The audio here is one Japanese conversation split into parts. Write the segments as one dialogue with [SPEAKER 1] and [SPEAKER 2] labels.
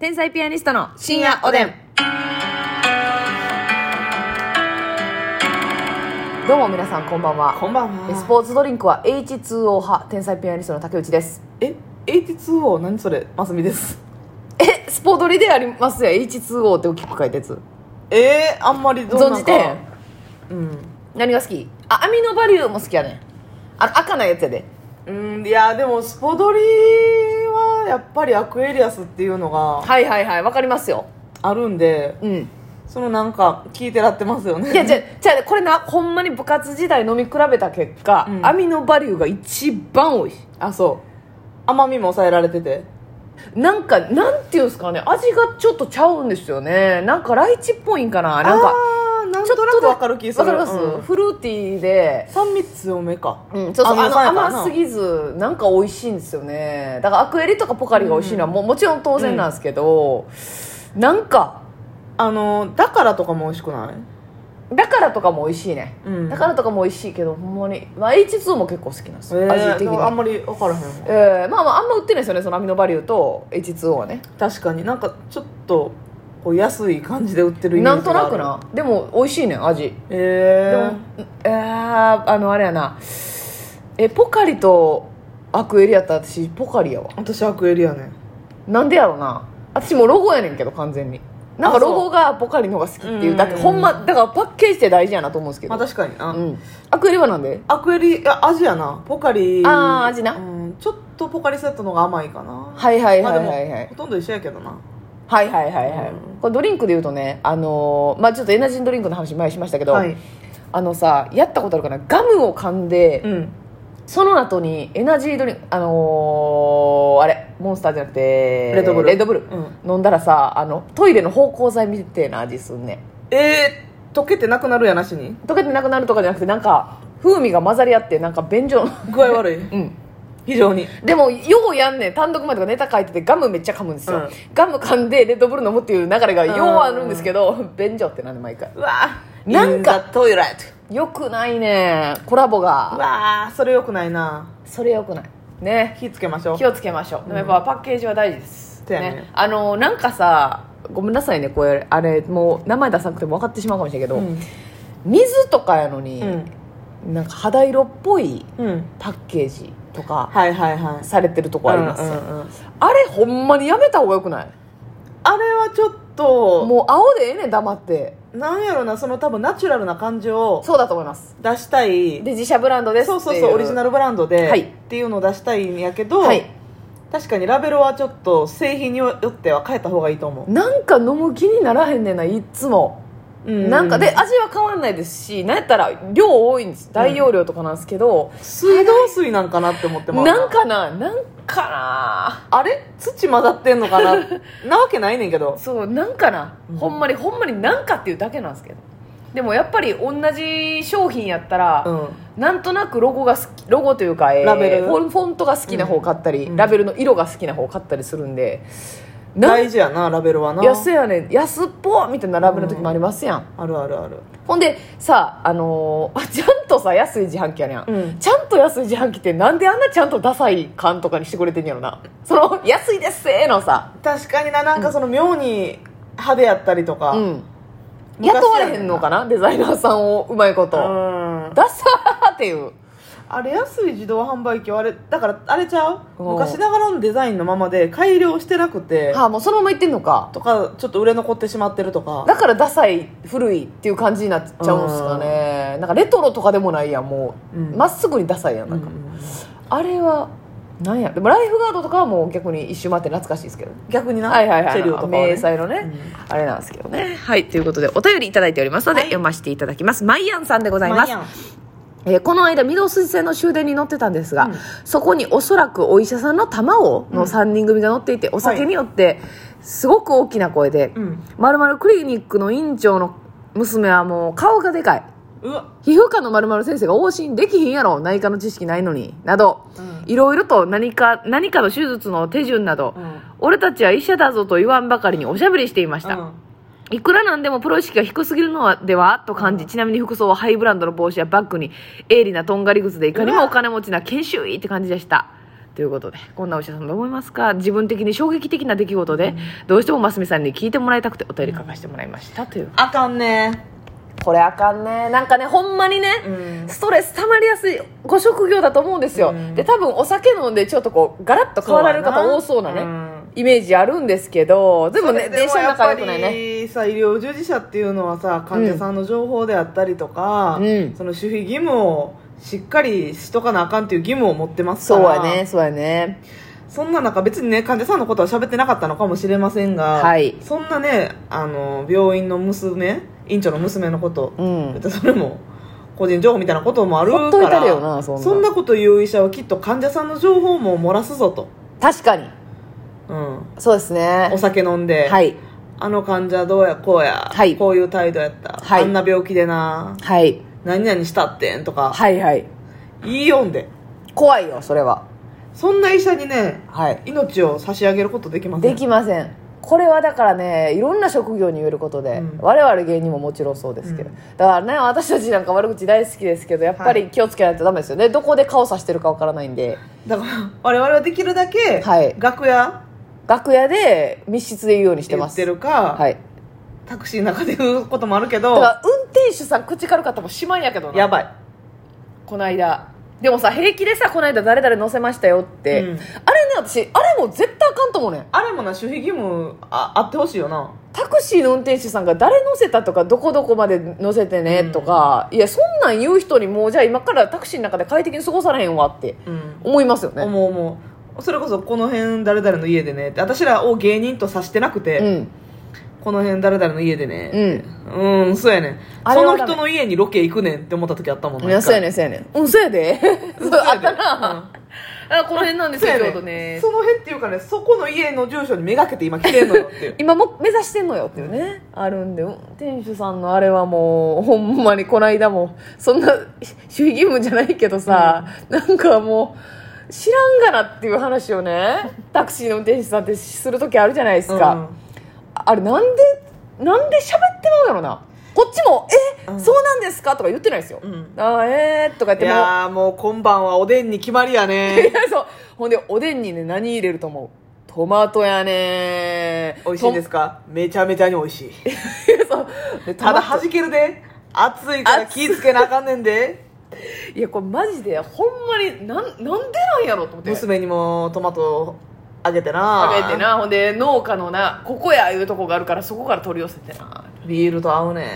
[SPEAKER 1] 天才ピアニストの深夜おでん。どうも皆さんこんばんは。
[SPEAKER 2] こんばんは。
[SPEAKER 1] スポーツドリンクは H2O 派、天才ピアニストの竹内です。
[SPEAKER 2] え、H2O 何それ？マスミです。
[SPEAKER 1] え、スポドリでありますやん、H2O って大きく書いたやつ。
[SPEAKER 2] えー、あんまりどうな
[SPEAKER 1] 存
[SPEAKER 2] んか
[SPEAKER 1] じてへん。何が好きあ、アミノバリウムも好きやねん。あの、赤なやつやで。
[SPEAKER 2] うん。うん、いやでもスポドリはやっぱりアクエリアスっていうのが
[SPEAKER 1] はいはいはい、わかりますよ。
[SPEAKER 2] あるんで、
[SPEAKER 1] うん。
[SPEAKER 2] そのなんか聞いてらってますよね。
[SPEAKER 1] いや、じゃあ、じゃあこれな、ほんまに部活時代飲み比べた結果、
[SPEAKER 2] うん
[SPEAKER 1] アミノバリューが一番多い。
[SPEAKER 2] あ、そう。甘みも抑えられてて。
[SPEAKER 1] なんか、なんていうんですかね、味がちょっとちゃうんですよね。なんかライチっぽいんかな。なんか、
[SPEAKER 2] あー、なん
[SPEAKER 1] ちょっ
[SPEAKER 2] と
[SPEAKER 1] と
[SPEAKER 2] なくわかる気す
[SPEAKER 1] わ
[SPEAKER 2] る。
[SPEAKER 1] かります、
[SPEAKER 2] うん
[SPEAKER 1] フルーティーで、
[SPEAKER 2] 酸味強めか。
[SPEAKER 1] うん、ちょっとあの
[SPEAKER 2] あそうやからな
[SPEAKER 1] 甘すぎず、なんか美味しいんですよね。だからアクエリとかポカリが美味しいのはも,、もちろん当然なんですけど、なんか、
[SPEAKER 2] あの、だからとかも美味しくない
[SPEAKER 1] だからとかも美味しいね。
[SPEAKER 2] うん
[SPEAKER 1] だからとかも美味しいけど、ほんまに。まあ、H2 も結構好きなんですよ。味的
[SPEAKER 2] えーあん
[SPEAKER 1] に。
[SPEAKER 2] まりわからへんわ。
[SPEAKER 1] えー、まあまあ、あんま売ってないですよね、そのアミノバリューと H2O はね。
[SPEAKER 2] 確かになんかちょっとこう安い感じで売ってるイメ
[SPEAKER 1] なん
[SPEAKER 2] ージが
[SPEAKER 1] と
[SPEAKER 2] ある
[SPEAKER 1] なくな。でも、美味しいねん、味。で
[SPEAKER 2] え
[SPEAKER 1] も、えー、あの、あれやな。え、ポカリとアクエリやったら私、ポカリやわ。
[SPEAKER 2] ー、私アクエリやね
[SPEAKER 1] なんでやろな。私もうロゴやねんけど、完全に。なんか
[SPEAKER 2] あそう
[SPEAKER 1] ロゴがポカリの方が好きっていう。だって
[SPEAKER 2] うん
[SPEAKER 1] ほんま、だからパッケージって大事やなと思うんですけど。
[SPEAKER 2] まあ確かにな、
[SPEAKER 1] うん。アクエリはなんで
[SPEAKER 2] アクエリあ味やなポカリ
[SPEAKER 1] あー味な
[SPEAKER 2] うん、ちょっとポカリセットの方が甘いかな
[SPEAKER 1] はいはい
[SPEAKER 2] ま
[SPEAKER 1] は
[SPEAKER 2] あ
[SPEAKER 1] い
[SPEAKER 2] で
[SPEAKER 1] はい
[SPEAKER 2] も
[SPEAKER 1] はい。
[SPEAKER 2] ほとんど一緒やけどな
[SPEAKER 1] はいはいはいはい、
[SPEAKER 2] う
[SPEAKER 1] これドリンクで言うとねあのーまあちょっとエナジードリンクの話前にしましたけど、
[SPEAKER 2] はい
[SPEAKER 1] あのさやったことあるかなガムを噛んで、
[SPEAKER 2] うん
[SPEAKER 1] その後にエナジードリンクあのーあれモンスターじゃなくて
[SPEAKER 2] レッドブル
[SPEAKER 1] レッドブル、
[SPEAKER 2] うん
[SPEAKER 1] 飲んだらさあのトイレの芳香剤みたいな味すんね
[SPEAKER 2] えー、溶けてなくなるやなしに
[SPEAKER 1] 溶けてなくなるとかじゃなくてなんか風味が混ざり合ってなんか便所の
[SPEAKER 2] 具合悪い
[SPEAKER 1] うん
[SPEAKER 2] 非常に
[SPEAKER 1] でもようやんねん単独前とかネタ書いててガムめっちゃ噛むんですよ、
[SPEAKER 2] うん
[SPEAKER 1] ガム噛んでレッドブル飲むっていう流れがようあるんですけど便所ってなんで毎回
[SPEAKER 2] うわー
[SPEAKER 1] なんか
[SPEAKER 2] In the toilet
[SPEAKER 1] よくないねコラボ
[SPEAKER 2] う
[SPEAKER 1] が
[SPEAKER 2] わーそれよくないな
[SPEAKER 1] それよくないね
[SPEAKER 2] 火つけましょう
[SPEAKER 1] 気をつけましょう、でもやっぱパッケージは大事です
[SPEAKER 2] そうやね
[SPEAKER 1] あのなんかさごめんなさいねこれあれもう名前出さなくても分かってしまうかもしれないけど、
[SPEAKER 2] うん
[SPEAKER 1] 水とかやのに
[SPEAKER 2] う、ん、
[SPEAKER 1] なんか肌色っぽい
[SPEAKER 2] うん、
[SPEAKER 1] パッケージとか
[SPEAKER 2] はいはいはい
[SPEAKER 1] されてるとこありますよ、
[SPEAKER 2] うんうんうん
[SPEAKER 1] あれほんまにやめた方がよくない
[SPEAKER 2] あれはちょっと
[SPEAKER 1] もう青でええねん黙って
[SPEAKER 2] なんやろなその多分ナチュラルな感じを
[SPEAKER 1] そうだと思います
[SPEAKER 2] 出したい
[SPEAKER 1] で自社ブランドですって
[SPEAKER 2] そ
[SPEAKER 1] いう
[SPEAKER 2] そうそうオリジナ
[SPEAKER 1] ル
[SPEAKER 2] ルブランドで、
[SPEAKER 1] はい
[SPEAKER 2] っていうのを出したいんやけど、
[SPEAKER 1] はい
[SPEAKER 2] 確かにラベルはちょっと製品によっては変えた方がいいと思
[SPEAKER 1] なんか飲む気にならへんねんないっつも
[SPEAKER 2] う、う
[SPEAKER 1] なんかで味は変わんないですしなんやったら量多いんです大容量とかなんですけど、
[SPEAKER 2] 水道水なんかなって思ってます
[SPEAKER 1] なんかななんか
[SPEAKER 2] あれ土混ざってんのか ななわけないねんけ
[SPEAKER 1] な
[SPEAKER 2] ど
[SPEAKER 1] そうなんかな、
[SPEAKER 2] うん
[SPEAKER 1] ほんまにほんまになんかっていうだけなんですけどでもやっぱり同じ商品やったら、
[SPEAKER 2] うん
[SPEAKER 1] なんとなくロゴが好きロゴというか、えー
[SPEAKER 2] ラベル
[SPEAKER 1] フォンフォントが好きな方を買ったり、
[SPEAKER 2] うん
[SPEAKER 1] ラベルの色が好きな方を買ったりするんでなん
[SPEAKER 2] 大事やなラベルはな
[SPEAKER 1] 安やねん安っぽみたいなラベルの時もありますやん、
[SPEAKER 2] あるあるある
[SPEAKER 1] ほんでさあのー ちゃんとさ安い自販機やねん、
[SPEAKER 2] うん
[SPEAKER 1] ちゃんと安い自販機ってなんであんなちゃんとダサい缶とかにしてくれてんやろなその 安いですせーのさ
[SPEAKER 2] 確かにななんかその妙に派手やったりとか、
[SPEAKER 1] うん
[SPEAKER 2] 昔やねん
[SPEAKER 1] 雇われへんのかなデザイナーさんをうまいこと、
[SPEAKER 2] うん
[SPEAKER 1] ダサーっていう
[SPEAKER 2] あれ安い自動販売機はあれだからあれちゃう
[SPEAKER 1] おう
[SPEAKER 2] 昔ながらのデザインのままで改良してなくて
[SPEAKER 1] はあもうそのままいってんのか
[SPEAKER 2] とかちょっと売れ残ってしまってるとか
[SPEAKER 1] だからダサい古いっていう感じになっちゃうんすかねなんかレトロとかでもないやんもう
[SPEAKER 2] うん
[SPEAKER 1] ま、っすぐにダサいやん
[SPEAKER 2] う
[SPEAKER 1] なん
[SPEAKER 2] ん
[SPEAKER 1] か、あれはなんやでもライフガードとかはもう逆に一周回って懐かしいですけど
[SPEAKER 2] 逆にな、
[SPEAKER 1] はいはいは
[SPEAKER 2] チ
[SPEAKER 1] い
[SPEAKER 2] ェリオとかは、
[SPEAKER 1] 迷
[SPEAKER 2] ね、
[SPEAKER 1] 彩のね、あれなんですけどねはいということでお便りいただいておりますので、
[SPEAKER 2] はい
[SPEAKER 1] 読ませていただきますマイアンさんでござい
[SPEAKER 2] マ
[SPEAKER 1] ま
[SPEAKER 2] ニ
[SPEAKER 1] す
[SPEAKER 2] アン
[SPEAKER 1] えーこの間御堂筋線の終電に乗ってたんですが、
[SPEAKER 2] うん
[SPEAKER 1] そこにおそらくお医者さんの玉をの3人組が乗っていて、お酒によってすごく大きな声で
[SPEAKER 2] うん
[SPEAKER 1] 「まるまるクリニックの院長の娘はもう顔がでかい」
[SPEAKER 2] うわ
[SPEAKER 1] 皮膚科のまるまる先生が往診できひんやろ内科の知識ないのになど
[SPEAKER 2] うん
[SPEAKER 1] いろいろと何か何かの手術の手順など、
[SPEAKER 2] うん
[SPEAKER 1] 俺たちは医者だぞと言わんばかりにおしゃべりしていました、いくらなんでもプロ意識が低すぎるのはではと感じ、ちなみに服装はハイブランドの帽子やバッグに鋭利なとんがり靴でいかにもお金持ちな研修医って感じでしたとということでこんなお医者さんどう思いますか自分的に衝撃的な出来事で、どうしてもますみさんに聞いてもらいたくてお便り書かせてもらいましたという
[SPEAKER 2] あかんね
[SPEAKER 1] これあかんねなんかねほんまにね、
[SPEAKER 2] うん
[SPEAKER 1] ストレス溜まりやすいご職業だと思うんですよ、
[SPEAKER 2] うん
[SPEAKER 1] で多分お酒飲んでちょっとこうガラッと変わられる方多そうなね
[SPEAKER 2] うん
[SPEAKER 1] イメージあるんですけどでもね
[SPEAKER 2] それ
[SPEAKER 1] 電車の
[SPEAKER 2] やっ
[SPEAKER 1] 中
[SPEAKER 2] ぱ
[SPEAKER 1] 良くないね
[SPEAKER 2] りさ医療従事者っていうのはさ患者さんの情報であったりとか、
[SPEAKER 1] うん
[SPEAKER 2] その守秘義務をしっかりしとかなあかんっていう義務を持ってますか
[SPEAKER 1] そう
[SPEAKER 2] ら
[SPEAKER 1] やねそうやね
[SPEAKER 2] そんな中別にね患者さんのことは喋ってなかったのかもしれませんが、
[SPEAKER 1] はい
[SPEAKER 2] そんなねあの病院の娘院長の娘のこと、
[SPEAKER 1] うん
[SPEAKER 2] それも個人情報みたいなこともあるから
[SPEAKER 1] ほっといたれよなそんな
[SPEAKER 2] そんなこと言う医者はきっと患者さんの情報も漏らすぞと、
[SPEAKER 1] 確かに
[SPEAKER 2] うん、
[SPEAKER 1] そうですね
[SPEAKER 2] お酒飲んで、
[SPEAKER 1] はい
[SPEAKER 2] あの患者どうやこうや、
[SPEAKER 1] はい
[SPEAKER 2] こういう態度やった、
[SPEAKER 1] はい
[SPEAKER 2] あんな病気でな
[SPEAKER 1] はい
[SPEAKER 2] 何々したってんとか、
[SPEAKER 1] はいはい
[SPEAKER 2] 言いよんで
[SPEAKER 1] 怖いよそれは
[SPEAKER 2] そんな医者にね
[SPEAKER 1] はい
[SPEAKER 2] 命を差し上げることできません
[SPEAKER 1] できませんこれはだからねいろんな職業に言えることで、
[SPEAKER 2] うん
[SPEAKER 1] 我々芸人ももちろんそうですけど、
[SPEAKER 2] うん
[SPEAKER 1] だからね私たちなんか悪口大好きですけどやっぱ
[SPEAKER 2] は
[SPEAKER 1] り気をつけないとダメですよね、どこで顔さしてるかわからないんで
[SPEAKER 2] だから我々はできるだけ、
[SPEAKER 1] はい
[SPEAKER 2] 楽屋
[SPEAKER 1] 楽屋で密室で言うようにして
[SPEAKER 2] 言
[SPEAKER 1] ま
[SPEAKER 2] っ
[SPEAKER 1] す
[SPEAKER 2] てるか、
[SPEAKER 1] はい
[SPEAKER 2] タクシーの中で言うこともあるけ
[SPEAKER 1] だ
[SPEAKER 2] ど
[SPEAKER 1] から運転手さん口軽かったもしまんやけどな
[SPEAKER 2] やばい
[SPEAKER 1] この間でもさ平気でさこの間誰々乗せましたよって、
[SPEAKER 2] うん
[SPEAKER 1] あれね私あれも絶対あかんと思うねん
[SPEAKER 2] あれもな守秘義務ああってほしいよな
[SPEAKER 1] タクシーの運転手さんが誰乗せたとかどこどこまで乗せてねとか、いやそんなん言う人にもうじゃあ今からタクシーの中で快適に過ごされへんわって
[SPEAKER 2] うん
[SPEAKER 1] 思いますよね
[SPEAKER 2] 思う思うそれこそこの辺誰々の家でねって私らを芸人とさしてなくて、
[SPEAKER 1] うん
[SPEAKER 2] この辺誰々の家でね
[SPEAKER 1] うん
[SPEAKER 2] うん、そうやねん
[SPEAKER 1] あれ
[SPEAKER 2] そ
[SPEAKER 1] は
[SPEAKER 2] の
[SPEAKER 1] ダメ
[SPEAKER 2] 人の家にロケ行くねんって思った時あったもん
[SPEAKER 1] いやそうやね
[SPEAKER 2] ん
[SPEAKER 1] んそうやねんうんそうやでそう あった
[SPEAKER 2] うん
[SPEAKER 1] な、あこの辺なんです
[SPEAKER 2] そう
[SPEAKER 1] よ
[SPEAKER 2] や
[SPEAKER 1] ちょう
[SPEAKER 2] ね
[SPEAKER 1] どね
[SPEAKER 2] んその辺っていうかねそこの家の住所にめがけて今来てんのよっていう
[SPEAKER 1] 今も目指してんのよっていうね、あるんで運転手さんのあれはもうほんまにこの間もそんな守秘義務じゃないけどさ、なんかもう知らんがなっていう話をねタクシーの運転手さんってする時あるじゃないですか、
[SPEAKER 2] うん
[SPEAKER 1] あれなんでなんで喋ってまうやろなこっちも「え、
[SPEAKER 2] うん
[SPEAKER 1] そうなんですか?」とか言ってないですよ「
[SPEAKER 2] うん
[SPEAKER 1] あーえー」とか言っ
[SPEAKER 2] い
[SPEAKER 1] てもう
[SPEAKER 2] やーもう今晩はおでんに決まりやね
[SPEAKER 1] いや そうほんでおでんにね何入れると思うトマトやね
[SPEAKER 2] 美味しいですすかめちゃめちゃに美味しい ただ弾けるで暑いから気ぃつけなあかんねん で
[SPEAKER 1] いやこれマジでほんまになんなんでなんやろと思って
[SPEAKER 2] 娘にもトマトあげてな
[SPEAKER 1] 食べてなほんで農家のなここやいうとこがあるからそこから取り寄せてな
[SPEAKER 2] ビールと合うね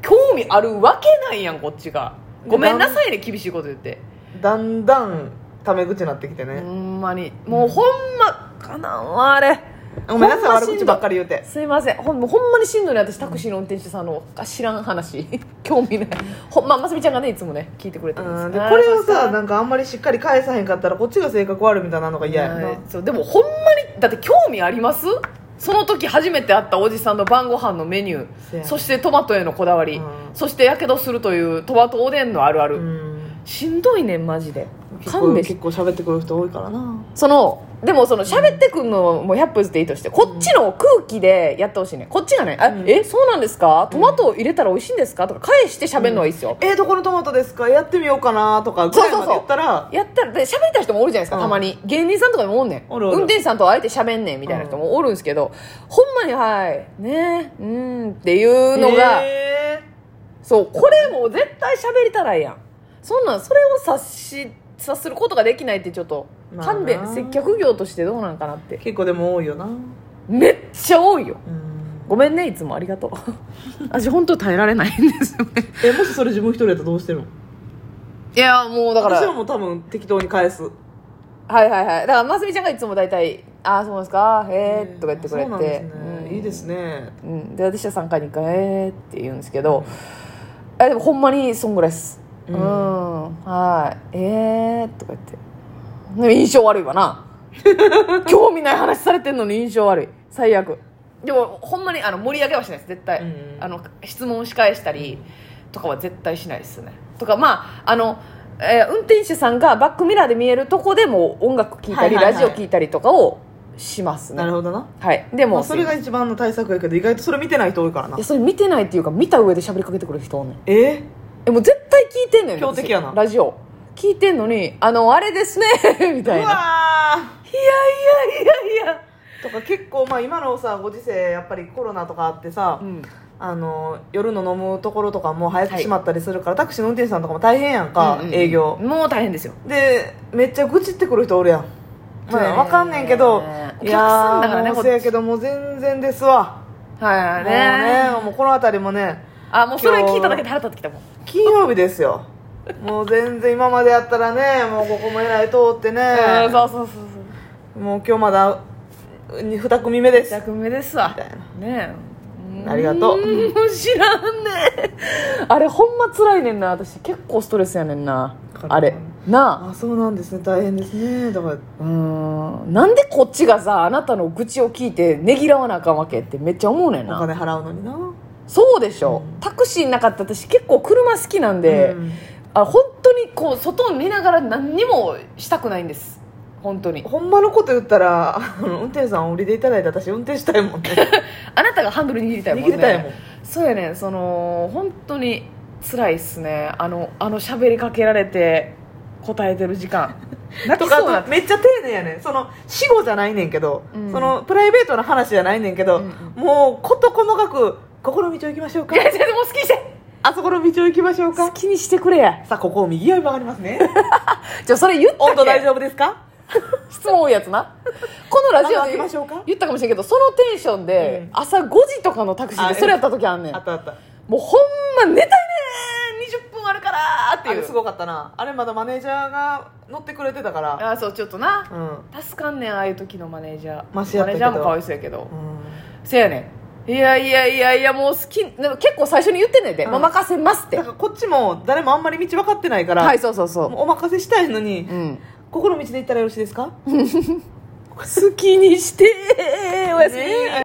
[SPEAKER 1] 興味あるわけないやんこっちがごめんなさいね厳しいこと言って
[SPEAKER 2] んだんだんタメ口になってきて
[SPEAKER 1] ほ
[SPEAKER 2] ね、
[SPEAKER 1] んまにもうほんまかなんわあれ
[SPEAKER 2] ごめんなさい
[SPEAKER 1] ほんま
[SPEAKER 2] 悪口ばっかり言うて
[SPEAKER 1] すいませんほんもうほんまにしんどいね私タクシーの運転手さんの知らん話 興味ないほんまますみちゃんがねいつもね聞いてくれてるんです
[SPEAKER 2] うんでこれをさなんかあんまりしっかり返さへんかったらこっちが性格悪いみたいなのが嫌やんな、
[SPEAKER 1] はいそうでもほんまにだって興味ありますその時初めて会ったおじさんの晩ご飯のメニュ
[SPEAKER 2] せや
[SPEAKER 1] ー
[SPEAKER 2] ね
[SPEAKER 1] そしてトマトへのこだわり、
[SPEAKER 2] うん
[SPEAKER 1] そしてやけどするというトマトおでんのあるある、
[SPEAKER 2] うん
[SPEAKER 1] しんどいねんマジで
[SPEAKER 2] 結構
[SPEAKER 1] 勘弁し
[SPEAKER 2] 結構喋ってくる人多いからな
[SPEAKER 1] そのでもその喋ってくんのも100歩ずつでいいとしてこっちの空気でやってほしいねこっちがね「あ
[SPEAKER 2] うん
[SPEAKER 1] えそうなんですかトマト入れたら美味しいんですか?」とか返して喋るのはいいですよ、
[SPEAKER 2] えー、どこのトマトですかやってみようかなとかぐらいまで言ったら
[SPEAKER 1] やったらで喋りたい人もおるじゃないですか、
[SPEAKER 2] うん
[SPEAKER 1] たまに芸人さんとかでもおんねん
[SPEAKER 2] おるおる
[SPEAKER 1] 運転手さんとあえて喋んねんみたいな人もおるんですけど、ほんまにはいねえうんっていうのが、
[SPEAKER 2] え
[SPEAKER 1] そうこれもう絶対喋りたらいいやんそんなんそれを察し察することができないってちょっと
[SPEAKER 2] まあな
[SPEAKER 1] 勘弁、接客業としてどうなんかなって
[SPEAKER 2] ー結構でも多いよな
[SPEAKER 1] めっちゃ多いよ
[SPEAKER 2] うん
[SPEAKER 1] ごめんねいつもあり がとう私本当耐えられないんですよね
[SPEAKER 2] えもしそれ自分一人やったらどうしてるの
[SPEAKER 1] いやもうだから
[SPEAKER 2] 私らも多分適当に返す
[SPEAKER 1] はいはいはいだからますみちゃんがいつも大体「ああそうなんですかへえ」とか言ってくれて、
[SPEAKER 2] そうなんですね
[SPEAKER 1] うん
[SPEAKER 2] いいですね
[SPEAKER 1] うん、で私は3回に1回「えー」って言うんですけどあでもほんまにそんぐらいですう、
[SPEAKER 2] うんん
[SPEAKER 1] はい「えー」とか言ってでも印象悪いわ な興味ない話されてんのに印象悪い最悪でもほんまにあの盛り上げはしないです絶対、
[SPEAKER 2] うん
[SPEAKER 1] あの質問し返したりとかは絶対しないですねとかまああのえー運転手さんがバックミラーで見えるとこでも音楽聴いたり、
[SPEAKER 2] はいはい
[SPEAKER 1] ラ
[SPEAKER 2] はい
[SPEAKER 1] ジオ聴いたりとかをします
[SPEAKER 2] な
[SPEAKER 1] ね
[SPEAKER 2] るほどな
[SPEAKER 1] はいで
[SPEAKER 2] ま
[SPEAKER 1] も
[SPEAKER 2] あ、それが一番の対策やけど意外とそれ見てない人多いからない
[SPEAKER 1] やそれ見てないっていうか見た上で喋りかけてくる人おんねん
[SPEAKER 2] え
[SPEAKER 1] えもう絶対聞いてんのよ
[SPEAKER 2] 強敵やな
[SPEAKER 1] 私ラジオ聞いてんのに「あのあれですね」 みたいうないやいや
[SPEAKER 2] わ
[SPEAKER 1] いやいや
[SPEAKER 2] ーとか結構まあ今のさご時世やっぱりコロナとかあってさ、
[SPEAKER 1] うん
[SPEAKER 2] あの夜の飲むところとかも早く閉まったりするから、タクシーの運転手さんとかも大変やんか、
[SPEAKER 1] うんうん
[SPEAKER 2] 営業
[SPEAKER 1] もう大変ですよ
[SPEAKER 2] でめっちゃ愚痴ってくる人おるやん、ま
[SPEAKER 1] そうやね
[SPEAKER 2] あ、分かんねんけ
[SPEAKER 1] お
[SPEAKER 2] ど
[SPEAKER 1] 客さんだからね
[SPEAKER 2] いやーも
[SPEAKER 1] こっ
[SPEAKER 2] う
[SPEAKER 1] ち
[SPEAKER 2] せやけどもう全然ですわ
[SPEAKER 1] は
[SPEAKER 2] も
[SPEAKER 1] いうね
[SPEAKER 2] ねもうこの辺りもね
[SPEAKER 1] あもうそれ聞いただけで腹立ってきたもん
[SPEAKER 2] 金曜日ですよもう全然今までやったらねもうここもえらい通って
[SPEAKER 1] うん
[SPEAKER 2] ね
[SPEAKER 1] そうそうそうそう
[SPEAKER 2] もう今日まだ2組目です
[SPEAKER 1] 役目ですわ
[SPEAKER 2] みたいな
[SPEAKER 1] ねえ
[SPEAKER 2] ありがとう
[SPEAKER 1] ーん知らんねあれほんま辛いねんな私結構ストレスやねんな
[SPEAKER 2] わかる
[SPEAKER 1] あれなあ
[SPEAKER 2] あそうなんですね大変ですねだから
[SPEAKER 1] うーんなんでこっちがさあなたの愚痴を聞いてねぎらわなあかんわけってめっちゃ思うねん
[SPEAKER 2] お
[SPEAKER 1] な
[SPEAKER 2] 金払うのにな
[SPEAKER 1] そうでしょ、
[SPEAKER 2] うん
[SPEAKER 1] タクシーなかった私結構車好きなんで、
[SPEAKER 2] うん
[SPEAKER 1] あ本当にこう外を見ながら何にもしたくないんです本当に
[SPEAKER 2] ほんまのこと言ったら あの運転手さん降りていただいて私運転したいもんね
[SPEAKER 1] あなたがハンドル握り たいもんね
[SPEAKER 2] 握りたいもん
[SPEAKER 1] そうやねその本当に辛いっすねあのあの喋りかけられて答えてる時 間泣
[SPEAKER 2] と
[SPEAKER 1] きそう
[SPEAKER 2] か
[SPEAKER 1] な
[SPEAKER 2] あとめっちゃ丁寧やねんその死後じゃないねんけど、
[SPEAKER 1] うん
[SPEAKER 2] そのプライベートな話じゃないねんけど、
[SPEAKER 1] うん
[SPEAKER 2] もう事細かく「ここの道を行きましょうか
[SPEAKER 1] い」やいやでも好きにして
[SPEAKER 2] あそこの道を行きましょう
[SPEAKER 1] 好
[SPEAKER 2] か。
[SPEAKER 1] きにしてくれや
[SPEAKER 2] さあ、ここを右側に曲がります ね。
[SPEAKER 1] じゃあそれ言ったっけ
[SPEAKER 2] 温度大丈夫ですか
[SPEAKER 1] 質問多いやつ なこのラジオ
[SPEAKER 2] あ行きましょうか
[SPEAKER 1] で言ったかもしれんけどそのテンションで
[SPEAKER 2] うん
[SPEAKER 1] 朝5時とかのタクシーで
[SPEAKER 2] あ
[SPEAKER 1] それやった時あんねん
[SPEAKER 2] あったあった。
[SPEAKER 1] もうほんま寝たいねん20分あるからーって
[SPEAKER 2] あ
[SPEAKER 1] い
[SPEAKER 2] れ
[SPEAKER 1] う
[SPEAKER 2] すごかったな。あれまだマネージャーが乗ってくれてたから。
[SPEAKER 1] あそうちょっとな
[SPEAKER 2] うん。
[SPEAKER 1] 助かんねんああいう時のマネージャー
[SPEAKER 2] マシや
[SPEAKER 1] マ
[SPEAKER 2] った
[SPEAKER 1] ネージ
[SPEAKER 2] けど
[SPEAKER 1] ャーもかわいそうやけど
[SPEAKER 2] うん
[SPEAKER 1] せやねんいやいやいやいやもう好きでも結構最初に言ってんねんで、
[SPEAKER 2] うん
[SPEAKER 1] もう任せますって
[SPEAKER 2] だからこっちも誰もあんまり道分かってないから、
[SPEAKER 1] はいそうそうそ
[SPEAKER 2] もうお任せしたいのに、
[SPEAKER 1] ううん
[SPEAKER 2] ここの道で行ったらよろしいですか
[SPEAKER 1] 好きにしておやすみ、
[SPEAKER 2] ね